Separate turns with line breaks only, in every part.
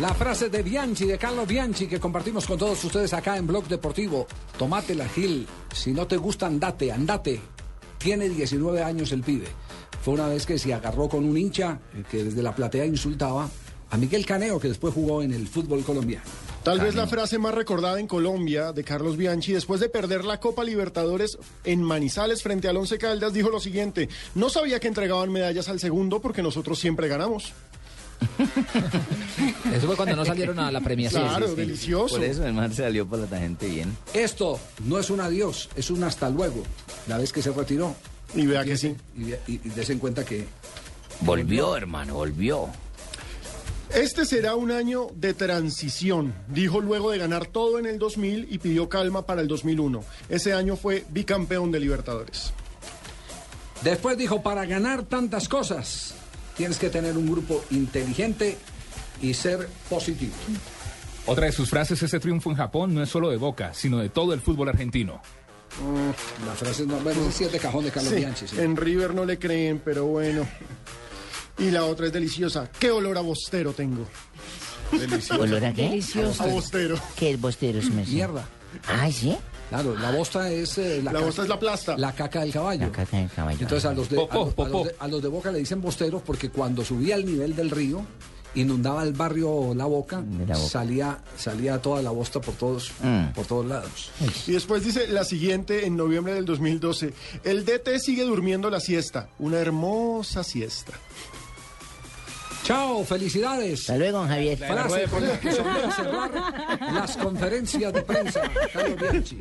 La frase de Bianchi, de Carlos Bianchi, que compartimos con todos ustedes acá en Blog Deportivo. Tomate la Gil. Si no te gusta, andate, andate. Tiene 19 años el pibe. Fue una vez que se agarró con un hincha eh, que desde la platea insultaba a Miguel Caneo, que después jugó en el fútbol colombiano.
Tal vez la frase más recordada en Colombia de Carlos Bianchi después de perder la Copa Libertadores en Manizales frente al Once Caldas dijo lo siguiente, no sabía que entregaban medallas al segundo porque nosotros siempre ganamos.
Eso fue cuando no salieron a la premiación.
Claro, delicioso.
Por eso el man salió por la tangente bien.
Esto no es un adiós, es un hasta luego. La vez que se retiró.
Y vea que sí.
Y, y, y dese en cuenta que
Volvió, hermano, volvió.
Este será un año de transición, dijo luego de ganar todo en el 2000 y pidió calma para el 2001. Ese año fue bicampeón de Libertadores.
Después dijo, para ganar tantas cosas, tienes que tener un grupo inteligente y ser positivo.
Otra de sus frases, ese triunfo en Japón no es solo de Boca, sino de todo el fútbol argentino.
La frase no, bueno, sí es de cajón de Carlos
Sí,
Bianchi. sí.
en River no le creen, pero bueno. Y la otra es deliciosa. ¿Qué olor a bostero tengo?
¿Olor a qué?
A bostero.
¿Qué es bosteros, me
Mierda.
Ay, ¿sí?
Claro, la bosta es... eh,
La
caca-
bosta es la plasta.
La caca del caballo.
La caca del caballo.
Entonces a los, de, a,
Popó,
los, a los
popó.
de- a los de Boca le dicen bosteros porque cuando subía el nivel del río, inundaba el barrio La Boca,
De La Boca.
Salía, salía toda la bosta por todos,
Mm.
por todos lados.
Y después dice la siguiente en noviembre del 2012. El DT sigue durmiendo la siesta. Una hermosa siesta.
Chao, felicidades.
Hasta luego, don Javier.
Frase con la que solía cerrar las conferencias de prensa. Carlos Bianchi.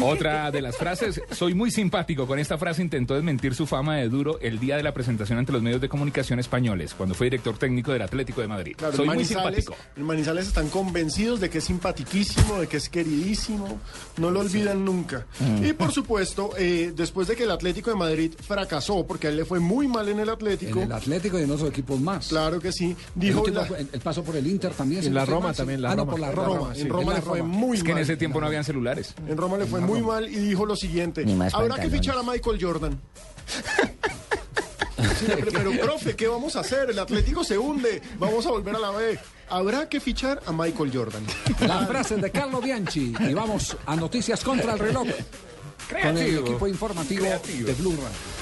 Otra de las frases, soy muy simpático. Con esta frase intentó desmentir su fama de duro el día de la presentación ante los medios de comunicación españoles, cuando fue director técnico del Atlético de Madrid.
Claro,
soy
en
muy
Manizales-
simpático.
En Manizales están convencidos de que es simpatiquísimo, de que es queridísimo, no lo olvidan nunca.
Mm.
Y por supuesto, eh, después de que el Atlético de Madrid fracasó, porque a él le fue muy mal en el Atlético,
En el Atlético y en otros equipos más.
claro que sí,
El,
dijo
último
la-
fue- el- el paso por el Inter también. si
En
no
la
estoy
Roma
mal, sí.
también, la
Ah, no,
Roma.
por la
En
Roma,
Roma. sí,
en Roma
la
le fue
Roma.
muy
Es que en
mal.
ese tiempo no habían celulares.
En Roma le fue muy mal y dijo lo siguiente,
Ni más
habrá que
pantalones.
fichar a Michael Jordan. Sí, pero, pero, profe, ¿qué vamos a hacer? El Atlético se hunde, vamos a volver a la B. Habrá que fichar a Michael Jordan.
Las frases de Carlo Bianchi. Y vamos a noticias contra el reloj. Con el equipo informativo de Blue Radio.